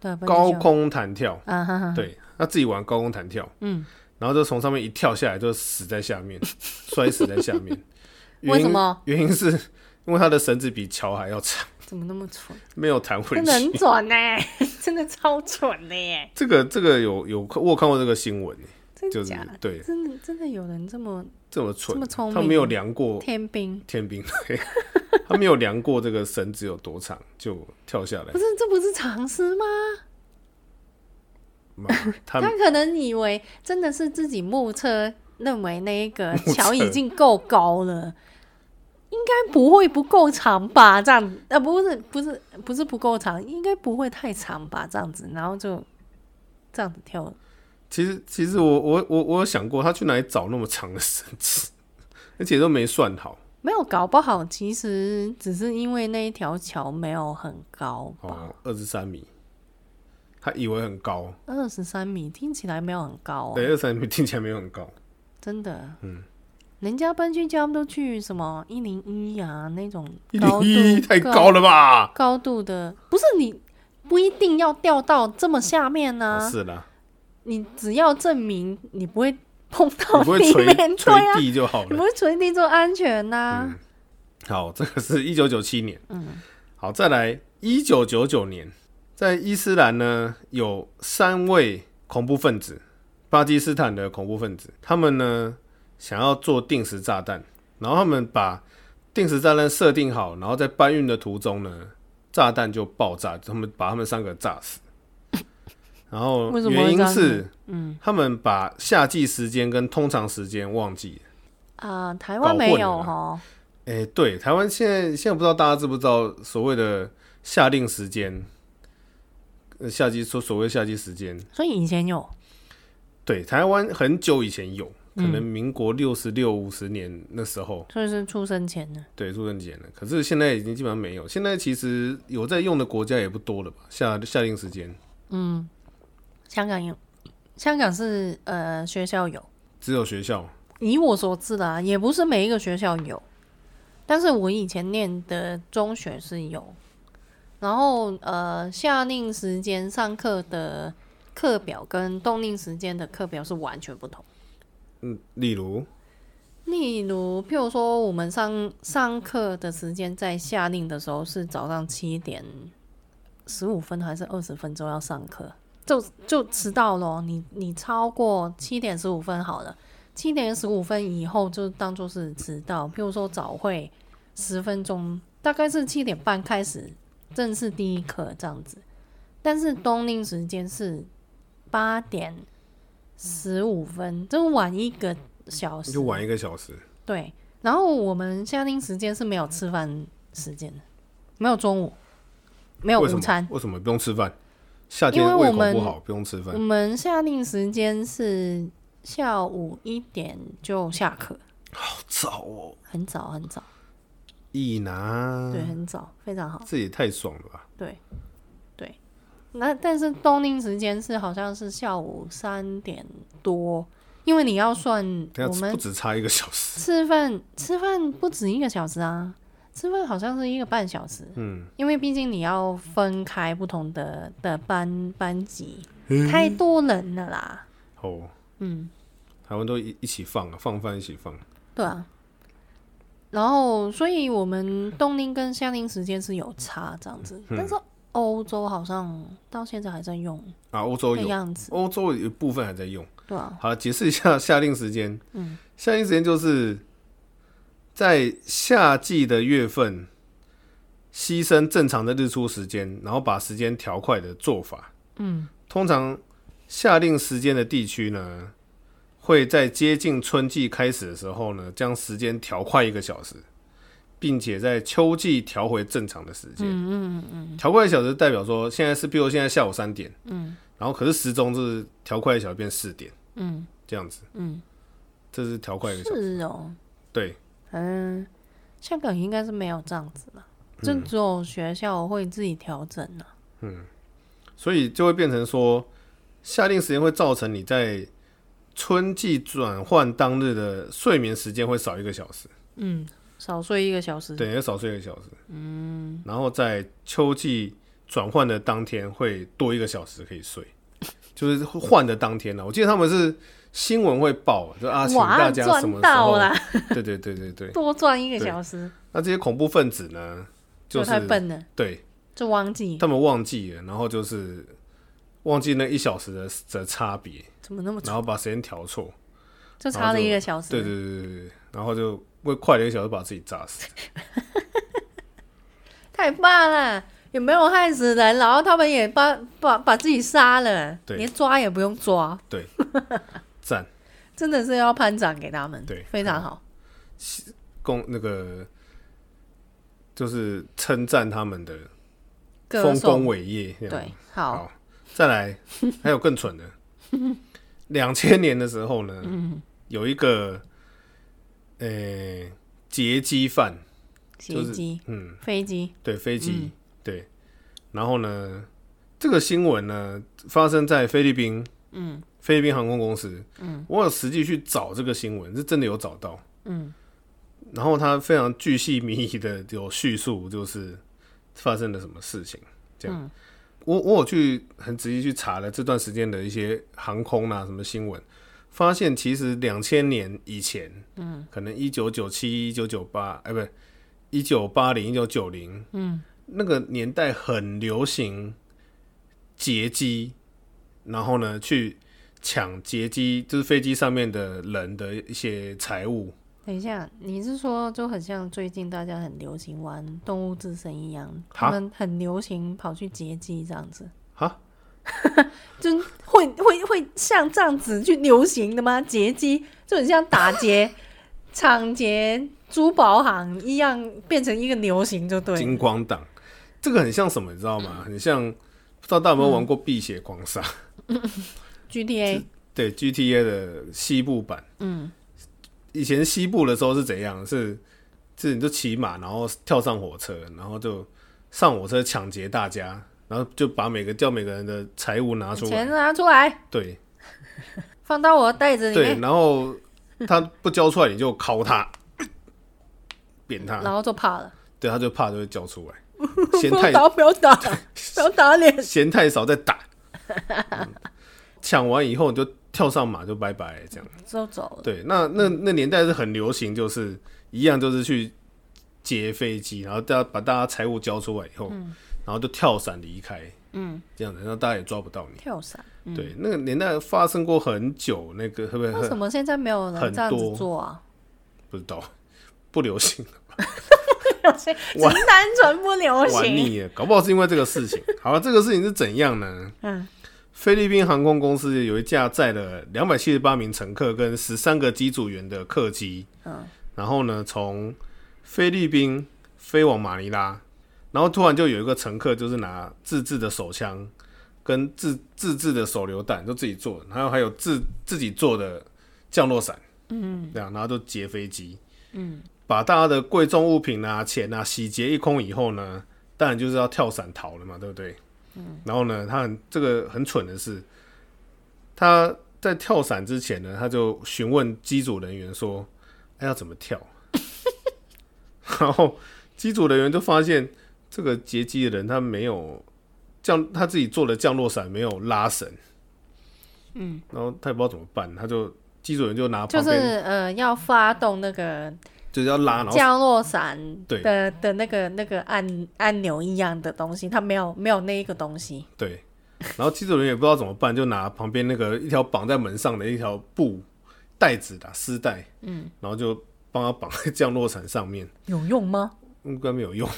S2: 对，不能
S1: 高
S2: 叫
S1: 空弹跳，
S2: 啊哈哈，
S1: 对，他自己玩高空弹跳，
S2: 嗯，
S1: 然后就从上面一跳下来，就死在下面，摔死在下 面。原
S2: 为什
S1: 因
S2: 么？
S1: 原因是因为他的绳子比桥还要长，
S2: 怎么那么蠢？
S1: 没有弹回
S2: 真的很
S1: 去。
S2: 蠢呢、 真的超蠢的耶！
S1: 这个这个有有我有看过这个新闻，
S2: 真
S1: 就
S2: 的
S1: 是
S2: 假的？
S1: 对
S2: 真的真的有人这么
S1: 这么蠢
S2: 这么聪，
S1: 他没有
S2: 明
S1: 量过
S2: 天兵？
S1: 天兵，对 他没有量过这个绳子有多长，就跳下 来
S2: 不。是，这不是常识吗？
S1: 妈，
S2: 他
S1: 他
S2: 可能以为真的是自己目测，认为那一个
S1: 目
S2: 桥已
S1: 测
S2: 经够高了，应该不会不够长吧？这样呃，不是不是不是不够长，应该不会太长吧？这样子，然后就这样子跳了，
S1: 其实其实我我我我有想过，他去哪里找那么长的绳子， 而且都没算好。
S2: 没有搞不好，其实只是因为那一条桥没有很高吧，
S1: 哦，二十三米，他以为很高，
S2: 二十三米听起来没有很高、
S1: 对，
S2: 啊，
S1: 二三米听起来没有很高，
S2: 真的，嗯。人家搬去家都去什么一零一啊那种
S1: 一零
S2: 高度
S1: 一太
S2: 高
S1: 高了吧？
S2: 高度的，不是你不一定要掉到这么下面呢、
S1: 哦是啦，
S2: 你只要证明你不会碰到
S1: 你不会
S2: 地
S1: 垂
S2: 面，对
S1: 垂
S2: 啊，
S1: 地就好
S2: 你
S1: 了
S2: 不。会垂地做安全啊呐、
S1: 嗯好，这个是一九九七年，
S2: 嗯，
S1: 好，再来一九九九年，在伊斯兰呢有三位恐怖分子，巴基斯坦的恐怖分子，他们呢想要做定时炸弹，然后他们把定时炸弹设定好，然后在搬运的途中呢，炸弹就爆炸，他们把他们三个炸死。然后
S2: 为什么
S1: 原
S2: 会这
S1: 因
S2: 样子
S1: 是，
S2: 嗯，
S1: 他们把夏季时间跟通常时间忘记了
S2: 啊、台湾没有
S1: 搞混
S2: 哦，
S1: 哎、对，台湾现在现在不知道大家知不知道所谓的夏令时间，呃夏季说所谓夏季时间，
S2: 所以以前有，
S1: 对，台湾很久以前有，可
S2: 嗯
S1: 能民国六十六五十年那时候，
S2: 所以是出生前的，
S1: 对，朱正节了，可是现在已经基本上没有，现在其实有在用的国家也不多了吧？夏夏令时间
S2: 嗯，香港有，香港是呃学校有，
S1: 只有学校，
S2: 以我所知的、啊，也不是每一个学校有，但是我以前念的中学是有。然后呃，夏令时间上课的课表跟冬令时间的课表是完全不同。
S1: 嗯，例如
S2: 例如，譬如说，我们上上课的时间在夏令的时候是早上七点十五分还是二十分钟要上课，就就迟到咯。你你超过七点十五分好了，七点十五分以后就当做是迟到。譬如说早会十分钟，大概是七点半开始正式第一课这样子。但是冬令时间是八点十五分，就晚一个小时，
S1: 就晚一个小时，
S2: 对，然后我们夏令时间是没有吃饭时间的，没有中午，没有
S1: 为什
S2: 午
S1: 么
S2: 餐。
S1: 为什么不用吃饭？夏天
S2: 因为
S1: 胃
S2: 我
S1: 口
S2: 们
S1: 不好，不用吃饭
S2: 我，们夏令时间是下午一点就下课，
S1: 好早哦，
S2: 很早很早，
S1: 一拿
S2: 对，，很早，非常好，
S1: 这也太爽了吧！
S2: 对，对。那但是冬令时间是好像是下午三点多，因为你要算
S1: 等
S2: 我
S1: 下
S2: 们
S1: 不止差一个小时，
S2: 吃饭吃饭不止一个小时啊，吃饭好像是一个半小时，
S1: 嗯，
S2: 因为毕竟你要分开不同的的班班级，太多人了啦，
S1: 哦，
S2: 嗯，
S1: 台湾都一一起放啊，放饭一起放，
S2: 对啊。然后，所以我们冬令跟夏令时间是有差这样
S1: 嗯
S2: 子，但是欧洲好像到现在还在用
S1: 啊，欧洲
S2: 的
S1: 有，
S2: 样子，
S1: 欧洲有一部分还在用。
S2: 对啊，
S1: 好，解释一下夏令时间，
S2: 嗯，
S1: 夏令时间就是在夏季的月份牺牲正常的日出时间，然后把时间调快的做法。
S2: 嗯，
S1: 通常夏令时间的地区呢，会在接近春季开始的时候呢，将时间调快一个小时，并且在秋季调回正常的时间。嗯嗯嗯。调快一小时代表说，现在是比如现在下午三点，嗯，然后可是时钟就是调快一小时变四点，
S2: 嗯
S1: 这样子，
S2: 嗯，
S1: 这是调快一个小时。
S2: 是哦，
S1: 对，
S2: 嗯，香港应该是没有这样子啦，
S1: 嗯
S2: 就只有学校会自己调整啊。
S1: 所以就会变成说，夏令时间会造成你在春季转换当日的睡眠时间会少一个小时。
S2: 嗯，少睡一个小时。
S1: 对，要少睡一个小时。嗯，然后在秋季转换的当天会多一个小时可以睡，就是换的当天呢、啊我记得他们是新闻会报，就啊，请大
S2: 哇，
S1: 家什么时
S2: 赚到
S1: 候？
S2: 啦，
S1: 对对对对对。
S2: 多赚一个
S1: 对
S2: 小时，
S1: 那这些恐怖分子呢，
S2: 就是太笨了，
S1: 对
S2: 就忘记
S1: 他们忘记了，然后就是忘记那一小时的的差别，
S2: 怎么那么
S1: 然后把时间调错。
S2: 就
S1: 然
S2: 差
S1: 后
S2: 了
S1: 就
S2: 一个小时，
S1: 对对对对对，然后就会快了一个小时把自己炸死。
S2: 太棒了，也没有害死人，然后他们也把把把自己杀了，
S1: 对
S2: 连抓也不用抓，
S1: 对，赞
S2: 真的是要颁奖给他们，
S1: 对嗯
S2: 非常好，
S1: 共那个就是称赞他们的
S2: 歌
S1: 丰功
S2: 颂，
S1: 伟业。这样
S2: 对，好，
S1: 好，再来，还有更蠢 的。两千年的时候呢，
S2: 嗯
S1: 有一个呃、劫机犯，
S2: 洗衣机、
S1: 嗯，
S2: 飞机，
S1: 对，飞机，对，然后呢，这个新闻呢发生在菲律宾，嗯，菲律宾航空公司，嗯，我有实际去找这个新闻，是真的有找到，
S2: 嗯，
S1: 然后他非常巨细靡遗的有叙述，就是发生了什么事情。这样，我我有去很仔细去查了这段时间的一些航空啊什么新闻，发现其实两千年以前，嗯，可能一九九七、一九九八，哎，不是一九八零、一九九零，嗯，那个年代很流行劫机，然后呢去抢劫机，就是飞机上面的人的一些财物，
S2: 等一下，你是说就很像最近大家很流行玩动物之神一样，
S1: 哈
S2: 他们很流行跑去劫机这样子，
S1: 哈，
S2: 就会会会像这样子去流行的吗？劫机就很像打 劫、抢劫、珠宝行一样，变成一个流行就对了。
S1: 金光党，这个很像什么，你知道吗？很像，不知道大家有没有玩过《碧血狂杀》
S2: GTA
S1: 对 GTA 的西部版。嗯，以前西部的时候是怎样？是是你就骑马，然后跳上火车，然后就上火车抢劫大家，然后就把每个叫每个人的财物拿出
S2: 钱
S1: 来。
S2: 拿出来，
S1: 对
S2: 放到我的袋子里
S1: 对，
S2: 面，
S1: 然后他不交出来，你就敲他， 扁
S2: 然
S1: 他，
S2: 后就怕了。
S1: 对，他就怕就会交出来， 嫌
S2: 不
S1: 太
S2: 要打，不要打，不要打脸。
S1: 嫌太少再打。嗯抢完以后你就跳上马就拜拜 这样。
S2: 就走了。
S1: 对，那那那年代是很流行，就是一样就是去劫飞机，然后大家把大家财物交出来以后，
S2: 嗯
S1: 然后就跳伞离开，嗯，这样子，那大家也抓不到你。
S2: 跳伞，
S1: 对，那个年代发生过很久，那个会 不会
S2: 为什
S1: 很
S2: 么现在没有人
S1: 很
S2: 这样子
S1: 多
S2: 做 啊？
S1: 不知道 不流行，
S2: 只单纯不流
S1: 玩
S2: 行。
S1: 腻了，搞不好是因为这个事 情。好了，这个事情是怎样呢？
S2: 嗯，
S1: 菲律宾航空公司有一架载了两百七十八名乘客跟十三个机组员的客机，
S2: 嗯，
S1: 然后呢从菲律宾飞往马尼拉，然后突然就有一个乘客就是拿自制的手枪跟自自制的手榴弹，就自己做的，然后还有自自己做的降落伞，嗯，这样然后就劫飞机，嗯，把大家的贵重物品啊、钱啊洗劫一空以后呢，当然就是要跳伞逃了嘛，对不对？嗯然后呢，他很这个很蠢的是，他在跳伞之前呢，他就询问机组人员说：“哎，要怎么跳？” 然后机组人员就发现这个劫机的人他没有降，他自己做的降落伞没有拉绳，嗯，然后他也不知道怎么办，他就机组人就拿
S2: 就
S1: 旁
S2: 是
S1: 边
S2: 呃，要发动那个
S1: 就是要啊拉，然后
S2: 降落伞
S1: 对
S2: 的的那个那个按按钮一样的东西，它没有没有那一个东西，
S1: 对，然后机组人员也不知道怎么办，就拿旁边那个一条绑在门上的一条布带子的丝带，嗯，然后就帮他绑在降落伞上面，
S2: 有用吗？
S1: 应该没有用。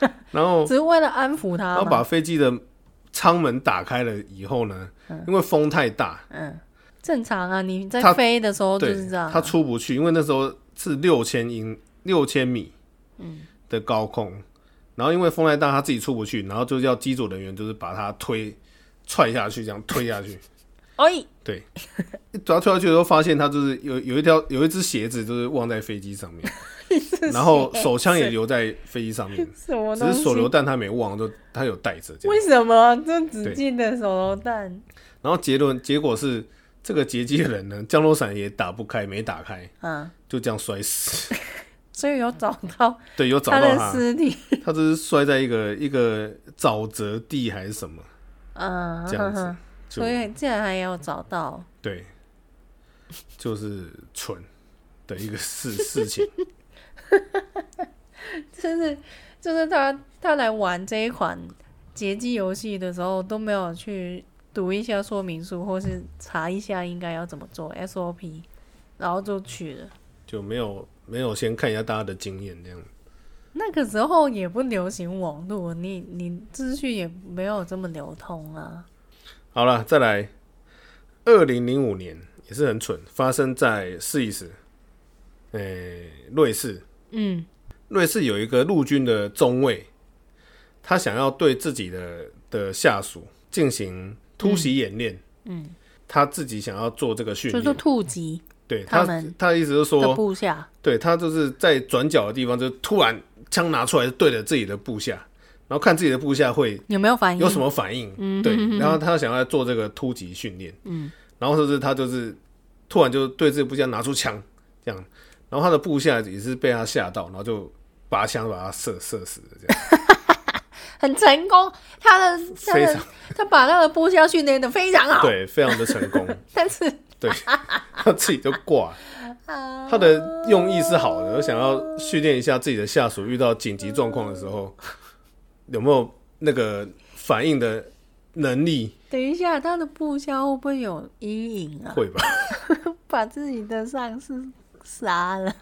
S1: 然后，
S2: 只是为了安抚
S1: 然
S2: 他
S1: 后
S2: 吗？
S1: 把飞机的舱门打开了以后呢，因为风太大，
S2: 嗯，正常啊，你在
S1: 他
S2: 飞的时候就
S1: 对
S2: 是这样啊，
S1: 他出不去，因为那时候是六千英六千米
S2: 嗯
S1: 的高空，然后因为风太大，他自己出不去，然后就要机组人员就是把他推踹下去，这样推下去。
S2: 哎，
S1: 对，主要推下去的时候发现他就是有有一条有一只鞋子就是忘在飞机上 面，然后手枪也留在飞机上面，
S2: 什么
S1: 只
S2: 东
S1: 是手榴
S2: 西？
S1: 弹他没忘，就他有带着这样。
S2: 为什么这只
S1: 对
S2: 记得手榴弹？
S1: 然后结论结果是这个劫机的人呢，降落伞也打不开，没打开，
S2: 嗯，
S1: 就这样摔死。
S2: 所以有找到
S1: 对，有找
S2: 他
S1: 到
S2: 的
S1: 他，
S2: 尸体，
S1: 他就是摔在一个一个沼泽地还是什么
S2: 嗯，
S1: 这样子，就
S2: 所以竟然还有找到，
S1: 对，就是蠢的一个事事情。
S2: 就是就是他他来玩这一款劫机游戏的时候都没有去读一下说明书，或是查一下应该要怎么做 SOP，然后就去了。
S1: 就没有没有先看一下大家的经验这样。
S2: 那个时候也不流行网络，你你资讯也没有这么流通啊。
S1: 好了，再来，二零零五年也是很蠢，发生在试一试，诶、瑞士，
S2: 嗯
S1: 瑞士有一个陆军的中尉，他想要对自己的的下属进行突袭演练，
S2: 嗯，
S1: 他自己想要做这个训
S2: 就是
S1: 练，
S2: 兔吉
S1: 对
S2: 他
S1: 他
S2: 们
S1: 他的意思就是
S2: 的
S1: 说，
S2: 部下，
S1: 对他就是在转角的地方就突然枪拿出来对着自己的部下，然后看自己的部下会
S2: 有没有反应？
S1: 有什么反应？对，然后他想要做这个突击训练，
S2: 嗯，
S1: 然后就是他就是突然就对自己部下拿出枪，这样，然后他的部下也是被他吓到，然后就拔枪把他射射死了，这 样，
S2: 很成功，他的他
S1: 非
S2: 的
S1: 常
S2: 他把他的部下训练的非常好，
S1: 对，非常的成 功，
S2: 但是
S1: 对他自己就挂了，
S2: 啊，
S1: 他的用意是好的，想要训练一下自己的下属遇到紧急状况的时候有没有那个反应的能力，
S2: 等一下，他的部下会不会有阴影啊？
S1: 会吧？
S2: 把自己的上司杀了，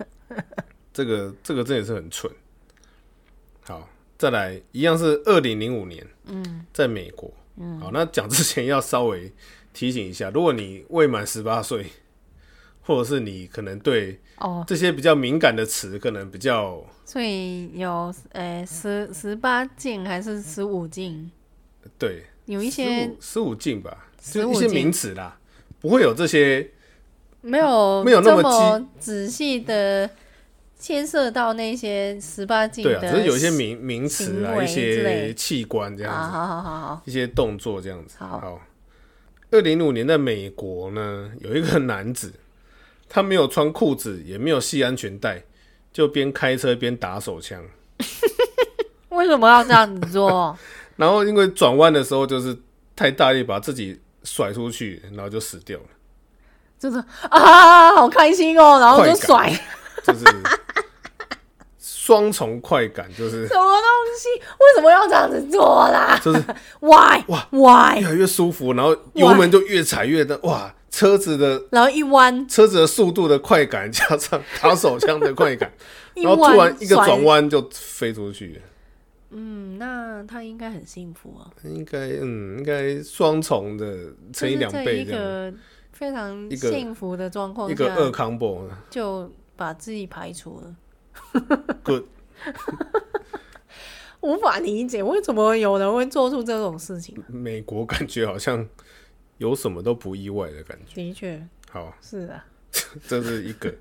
S1: 这个这个真的是很蠢。好，再来一样是二零零五年，嗯，在美国，嗯，好，那讲之前要稍微提醒一下，如果你未满十八岁，或者是你可能对
S2: 哦，
S1: 这些比较敏感的词可能比较
S2: 所以有呃十十八禁还是十五禁？
S1: 对，
S2: 有一些
S1: 十五禁吧，
S2: 15
S1: 就一些
S2: 禁
S1: 名词啦，不会有这些
S2: 没有
S1: 啊没有那
S2: 这
S1: 么
S2: 么仔细的牵涉到那些十八禁
S1: 对
S2: 的，
S1: 啊，只是有一些名名词
S2: 行
S1: 啊，
S2: 为
S1: 一
S2: 之类
S1: 些器官这样
S2: 啊，
S1: 子。
S2: 好好好好，
S1: 一些动作这样子。
S2: 好
S1: 二零零五年在美国呢，有一个男子，他没有穿裤子，也没有系安全带，就边开车边打手枪。
S2: 为什么要这样子 做？
S1: 然后因为转弯的时候就是太大力，把自己甩出去，然后就死掉了。
S2: 就是啊，好开心哦，然后就甩
S1: 快就是 双重快感，就是
S2: 什么东西？为什么要这样子做啦
S1: 就是
S2: ？Why
S1: 哇
S2: why？
S1: 越来越舒服，然后油门就越踩越的哇，车子的。
S2: 然后一弯
S1: 车子的速度的快感，加上打手枪的快感，
S2: 一
S1: 然后突然一个
S2: 甩
S1: 转，弯就飞出去了，
S2: 嗯，那他应该很幸福啊，
S1: 应该嗯，应该双重的乘以两倍
S2: 就是
S1: 这样，
S2: 在一个非常
S1: 一个
S2: 幸福的状况
S1: 一个二
S2: 下，
S1: combo
S2: 就把自己排除了。
S1: good，
S2: 无法理解为什么有人会做出这种事情。
S1: 美国感觉好像有什么都不意外的感觉。
S2: 的确
S1: 好，
S2: 是啊，
S1: 这是一个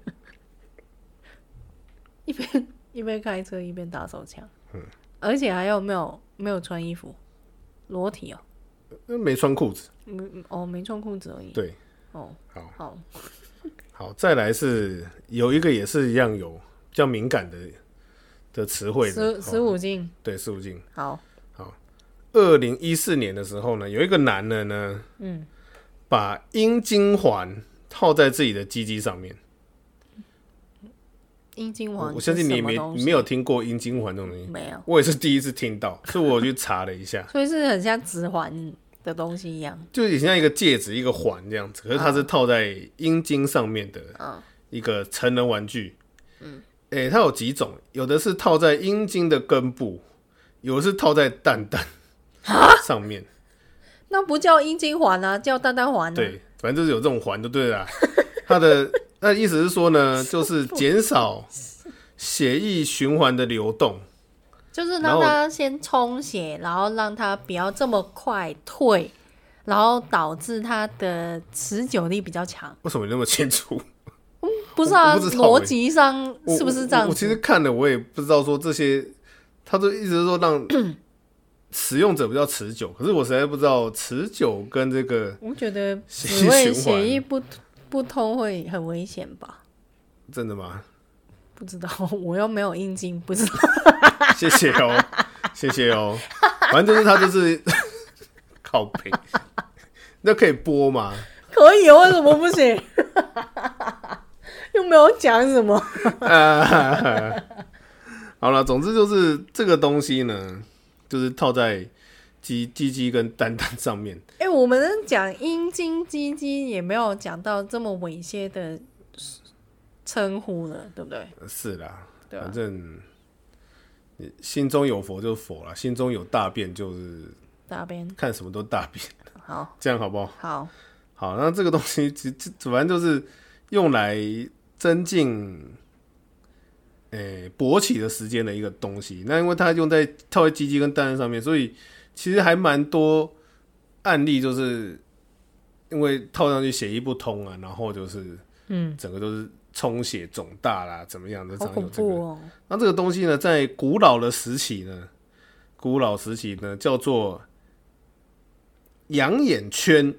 S2: 一边一边开车一边打手枪，嗯，而且还有没有没有穿衣服，裸体哦，
S1: 呃没穿裤子，
S2: 嗯嗯哦，没穿裤子而已。
S1: 对，
S2: 哦，
S1: 好
S2: 好，
S1: 好，再来是有一个也是一样有比较敏感的的词汇的，
S2: 十十
S1: 哦
S2: 五斤，
S1: 对十五禁。
S2: 好，
S1: 二零一四年的时候呢，有一个男的呢，
S2: 嗯，
S1: 把阴茎环套在自己的鸡鸡上面。
S2: 阴茎
S1: 我
S2: 王
S1: 我相信你也没你没
S2: 有
S1: 有听过阴茎环这种东西，
S2: 没有，
S1: 我也是第一次听到，所以我去查了一 下，
S2: 所以是很像指环的东西一样，
S1: 就也像一个戒指、一个环这样子，可是它是套在阴茎上面的
S2: 嗯
S1: 一个成人玩具。嗯，诶、它有几种，有的是套在阴茎的根部，有的是套在蛋蛋上 面。
S2: 那不叫阴茎环啊，叫蛋蛋环啊。
S1: 对，反正就是有这种环就对了啦。 它的那意思是说 呢，就是减少血液循环的流动。
S2: 就是
S1: 然
S2: 让
S1: 后
S2: 它先充血，然后让它不要这么快退，然后导致它的持久力比较强。
S1: 为什么你那么清楚？
S2: 不是啊，
S1: 我不知道欸
S2: 逻辑上
S1: 我
S2: 是不是这
S1: 我
S2: 样
S1: 我其
S2: 子？
S1: 实看了，我也不知道说这些，他都一直说 让使用者比较持久，可是我实在不知道持久跟这个
S2: 我觉得
S1: 血
S2: 只
S1: 液循
S2: 会
S1: 环
S2: 血液不不通会很危险吧？
S1: 真的吗？
S2: 不知道，我又没有阴茎，不知道。
S1: 谢谢哦，谢谢哦。反正就是他就是 靠背，那可以播吗？
S2: 可以，哦为什么不行？ 又没有讲什么。
S1: 呃，好了，总之就是这个东西呢，就是套在鸡鸡鸡跟蛋蛋上面。
S2: 哎、我们讲阴茎、鸡鸡也没有讲到这么猥亵的称呼了，对不对？
S1: 呃是啦，
S2: 对啊
S1: 反正你心中有佛就是佛啦，心中有大便就是
S2: 大便，
S1: 看什么都大便，
S2: 好
S1: 这样好不好？
S2: 好，
S1: 好，那这个东西其其反正就是用来增进。诶、呃勃起的时间的一个东西，那因为它用在套在鸡鸡跟蛋蛋上面，所以其实还蛮多案例，就是因为套上去血液不通啊，然后就是
S2: 嗯，
S1: 整个都是充血肿大啦，怎么样的，
S2: 好
S1: 常有
S2: 恐
S1: 这个
S2: 怖哦。
S1: 那这个东西呢，在古老的时期呢，古老时期呢叫做羊眼圈，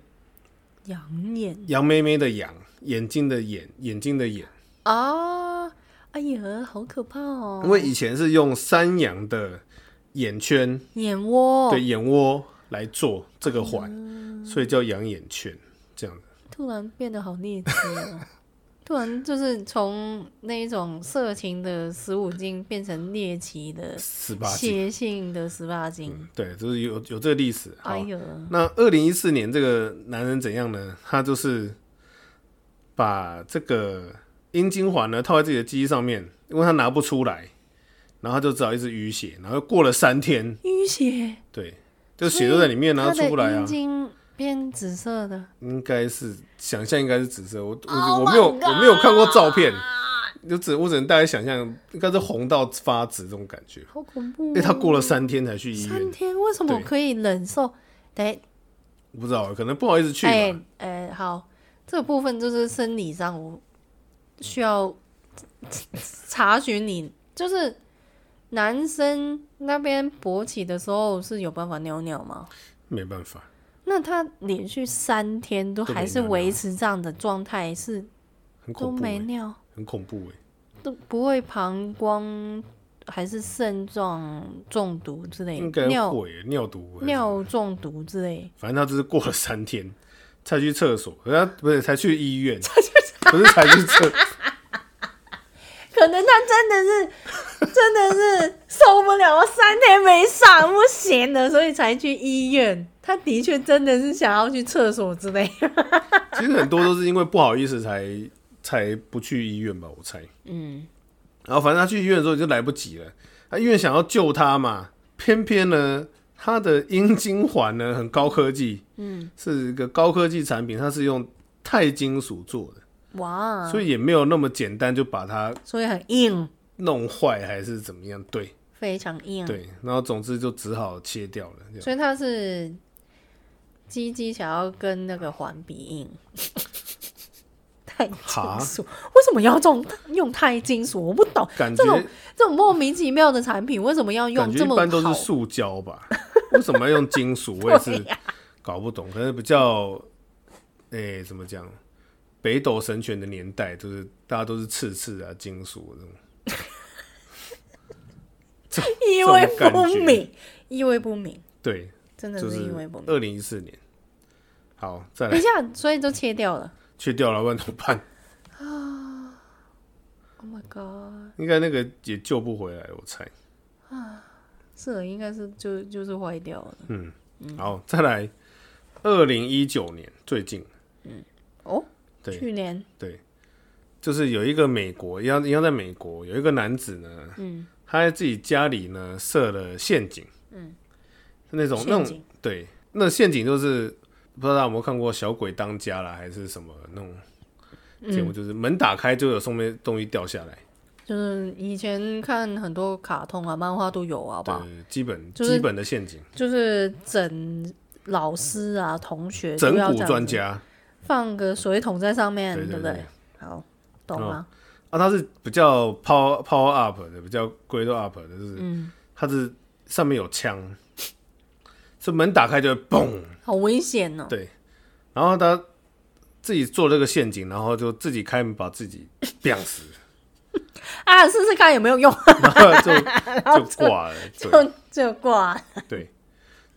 S2: 养眼
S1: 羊妹妹的羊，眼睛的眼，眼睛的眼，
S2: 啊，哎呀，好可怕哦。
S1: 因为以前是用山羊的眼圈，
S2: 眼窝，
S1: 对眼窝来做这个环，所以叫羊眼圈，这样
S2: 突然变得好猎奇哦。突然就是从那一种色情的十五禁变成猎奇的
S1: 十八禁，
S2: 邪性的十八禁，
S1: 对，就是有有这个历史。好
S2: 哎呦，
S1: 那二零一四年这个男人怎样呢？他就是把这个阴茎环呢套在自己的鸡鸡上面，因为他拿不出来，然后他就只好一直淤血，然后过了三天，
S2: 淤血，
S1: 对，就血都在里面，然后
S2: 它
S1: 出
S2: 的
S1: 不来
S2: 阴
S1: 啊，
S2: 茎变紫色的，
S1: 应该是想象应该是紫色，我我、
S2: Oh
S1: 我没有
S2: my God
S1: 我没有看过照片，就只我只能大概想象，应该是红到发紫这种感觉，
S2: 好恐怖、
S1: 因
S2: 哦！
S1: 为他过了三天才去医
S2: 三
S1: 院，
S2: 天，为什么
S1: 对
S2: 可以忍受？哎
S1: 我不知道，可能不好意思去吧，
S2: 哎哎，好，这个部分就是生理上我需要查询你，就是男生那边勃起的时候是有办法尿尿吗？
S1: 没办法，
S2: 那他连续三天都
S1: 都没
S2: 还是
S1: 尿
S2: 维
S1: 尿
S2: 持这样的状态，是
S1: 很
S2: 都
S1: 恐怖、欸，
S2: 没尿。
S1: 很恐怖哎、
S2: 都不会膀胱还是肾脏中毒之类
S1: 应该
S2: 的，尿
S1: 会尿毒，
S2: 尿中毒之类，
S1: 反正他就是过了三天才去厕所，人家不是才去医院，不是才去厕，
S2: 可能他真的是 真的是受不了，我三天没上不行了，所以才去医院。他的确真的是想要去厕所之类，
S1: 其实很多都是因为不好意思才才不去医院吧，我猜。
S2: 嗯，
S1: 然后反正他去医院的时候就来不及了，他医院想要救他嘛，偏偏呢他的阴茎环呢很高科技，嗯，是一个高科技产品，它是用钛金属做的，
S2: 哇，
S1: 所以也没有那么简单就把它
S2: 所以很硬，
S1: 弄坏还是怎么样，对
S2: 非常硬，
S1: 对，然后总之就只好切掉了，这样
S2: 所以他是鸡鸡想要跟那个环比硬。 钛金
S1: 哈
S2: 属为什么要用用钛金属？我不懂。
S1: 感
S2: 这种
S1: 觉。
S2: 这种莫名其妙的产品为什么要
S1: 感
S2: 用
S1: 觉
S2: 这
S1: 一
S2: 么
S1: 般都是
S2: 好？
S1: 塑胶吧？为什么要用金属？我也是搞不懂，可能比较，诶、怎么讲？北斗神拳的年代，就是大家都是刺刺啊，金属这种这。
S2: 意味
S1: 这种
S2: 不
S1: 感觉，
S2: 明，意味不明，
S1: 对，
S2: 真的
S1: 就是是
S2: 意味不明。哎
S1: 二零一四年。好，再
S2: 等
S1: 来
S2: 一下，所以就切掉了。
S1: 去掉了，不然怎么办？
S2: Oh my god！
S1: 应该那个也救不回来了，我猜。
S2: 是的，应该是就就是坏掉了。嗯
S1: 好，再来，二零一九年最近，
S2: 哦，
S1: 对，
S2: 去年
S1: 对，就是有一个美国一样一样在美国有一个男子呢，
S2: 嗯，
S1: 他在自己家里呢设了陷阱，嗯，那种那种
S2: 陷阱
S1: 对，那陷阱就是不知道大家有没有看过《小鬼当家》啦，还是什么那种
S2: 嗯
S1: 节目，就是门打开就有上面东西掉下来，
S2: 就是以前看很多卡通啊、漫画都有啊吧，
S1: 对，基本、
S2: 就是
S1: 基本的陷阱，
S2: 就是整老师啊、同学
S1: 整
S2: 都要
S1: 蛊
S2: 这样
S1: 专
S2: 子
S1: 家
S2: 放个水桶在上面，
S1: 对对
S2: 不
S1: 对
S2: 对？好，懂吗？
S1: 啊，他是比较 power power up 的，比较 grade up 的，就是、
S2: 嗯
S1: 他是上面有枪，所以门打开就会嘣。
S2: 好危险哦！
S1: 对，然后他自己做这个陷阱，然后就自己开门把自己吊 死，
S2: 啊，试试看有没有用，
S1: 然后就就挂了。
S2: 就就挂。
S1: 对对，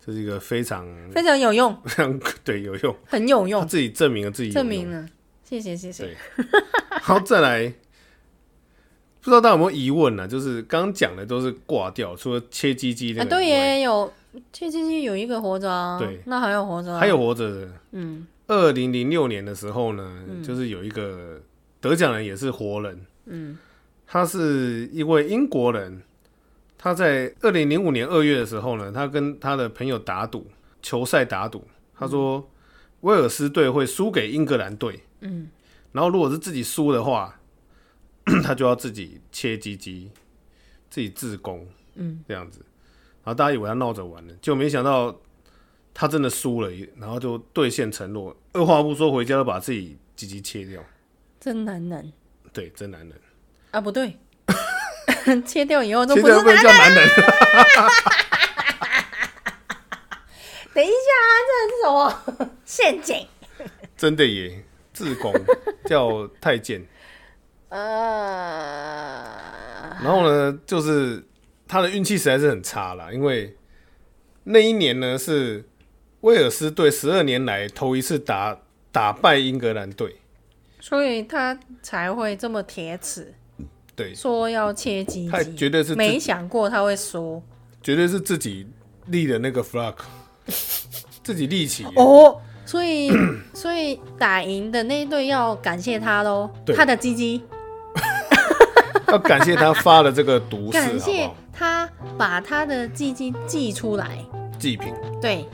S1: 这是一个非常
S2: 非常有用，
S1: 非常对有用，
S2: 很有
S1: 他
S2: 用，
S1: 自己证明了自己有
S2: 证
S1: 用
S2: 明了，谢谢谢谢。
S1: 对，好，再来，不知道大家有没有疑问呢、啊就是刚刚讲的都是挂掉，除了切鸡鸡那
S2: 啊，
S1: 个、
S2: 对，耶，有切鸡鸡有一个活着啊，
S1: 对
S2: 那还有活着、啊，
S1: 还有活着的。
S2: 嗯
S1: 二零零六年的时候呢，就是有一个得奖人也是活人，
S2: 嗯
S1: 他是一位英国人，他在二零零五年二月的时候呢，他跟他的朋友打赌，球赛打赌，他说威尔斯队会输给英格兰队，
S2: 嗯，
S1: 然后如果是自己输的话， 他就要自己切鸡鸡，自己自宫，
S2: 嗯，
S1: 这样子，然后大家以为他闹着玩呢，就没想到他真的输了，然后就兑现承诺，二话不说回家就把自己鸡鸡切掉，
S2: 真男人
S1: 对，真男人。
S2: 啊，不对，切掉以后就
S1: 切
S2: 不是
S1: 掉
S2: 男
S1: 被叫男人，
S2: 等一下啊，这是什么 陷阱？
S1: 真的耶，自宫叫太监。
S2: 呃，
S1: 然后呢，就是他的运气实在是很差啦，因为那一年呢是威尔斯队十二年来头一次打打败英格兰队，
S2: 所以他才会这么铁齿，
S1: 对，
S2: 说要切鸡
S1: 他
S2: 鸡，
S1: 绝对是自
S2: 没想过他会输
S1: 绝对是自己立的那个 flag，自己立起耶。
S2: 哦。所以， 所以打赢的那一队要感谢他喽，
S1: 对
S2: 他的鸡鸡，
S1: 要感谢他发了这个毒誓，
S2: 感
S1: 好不
S2: 谢
S1: 好？
S2: 他把他的鸡鸡寄出来，
S1: 祭品，
S2: 对，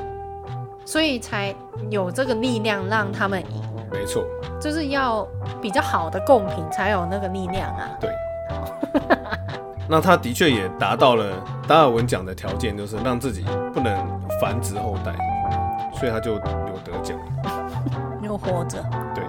S2: 所以才有这个力量让他们赢，
S1: 没错，
S2: 就是要比较好的贡品才有那个力量啊。
S1: 对。 那他的确也达到了达尔文奖的条件，就是让自己不能繁殖后代，所以他就有得奖。
S2: 又活着，
S1: 对，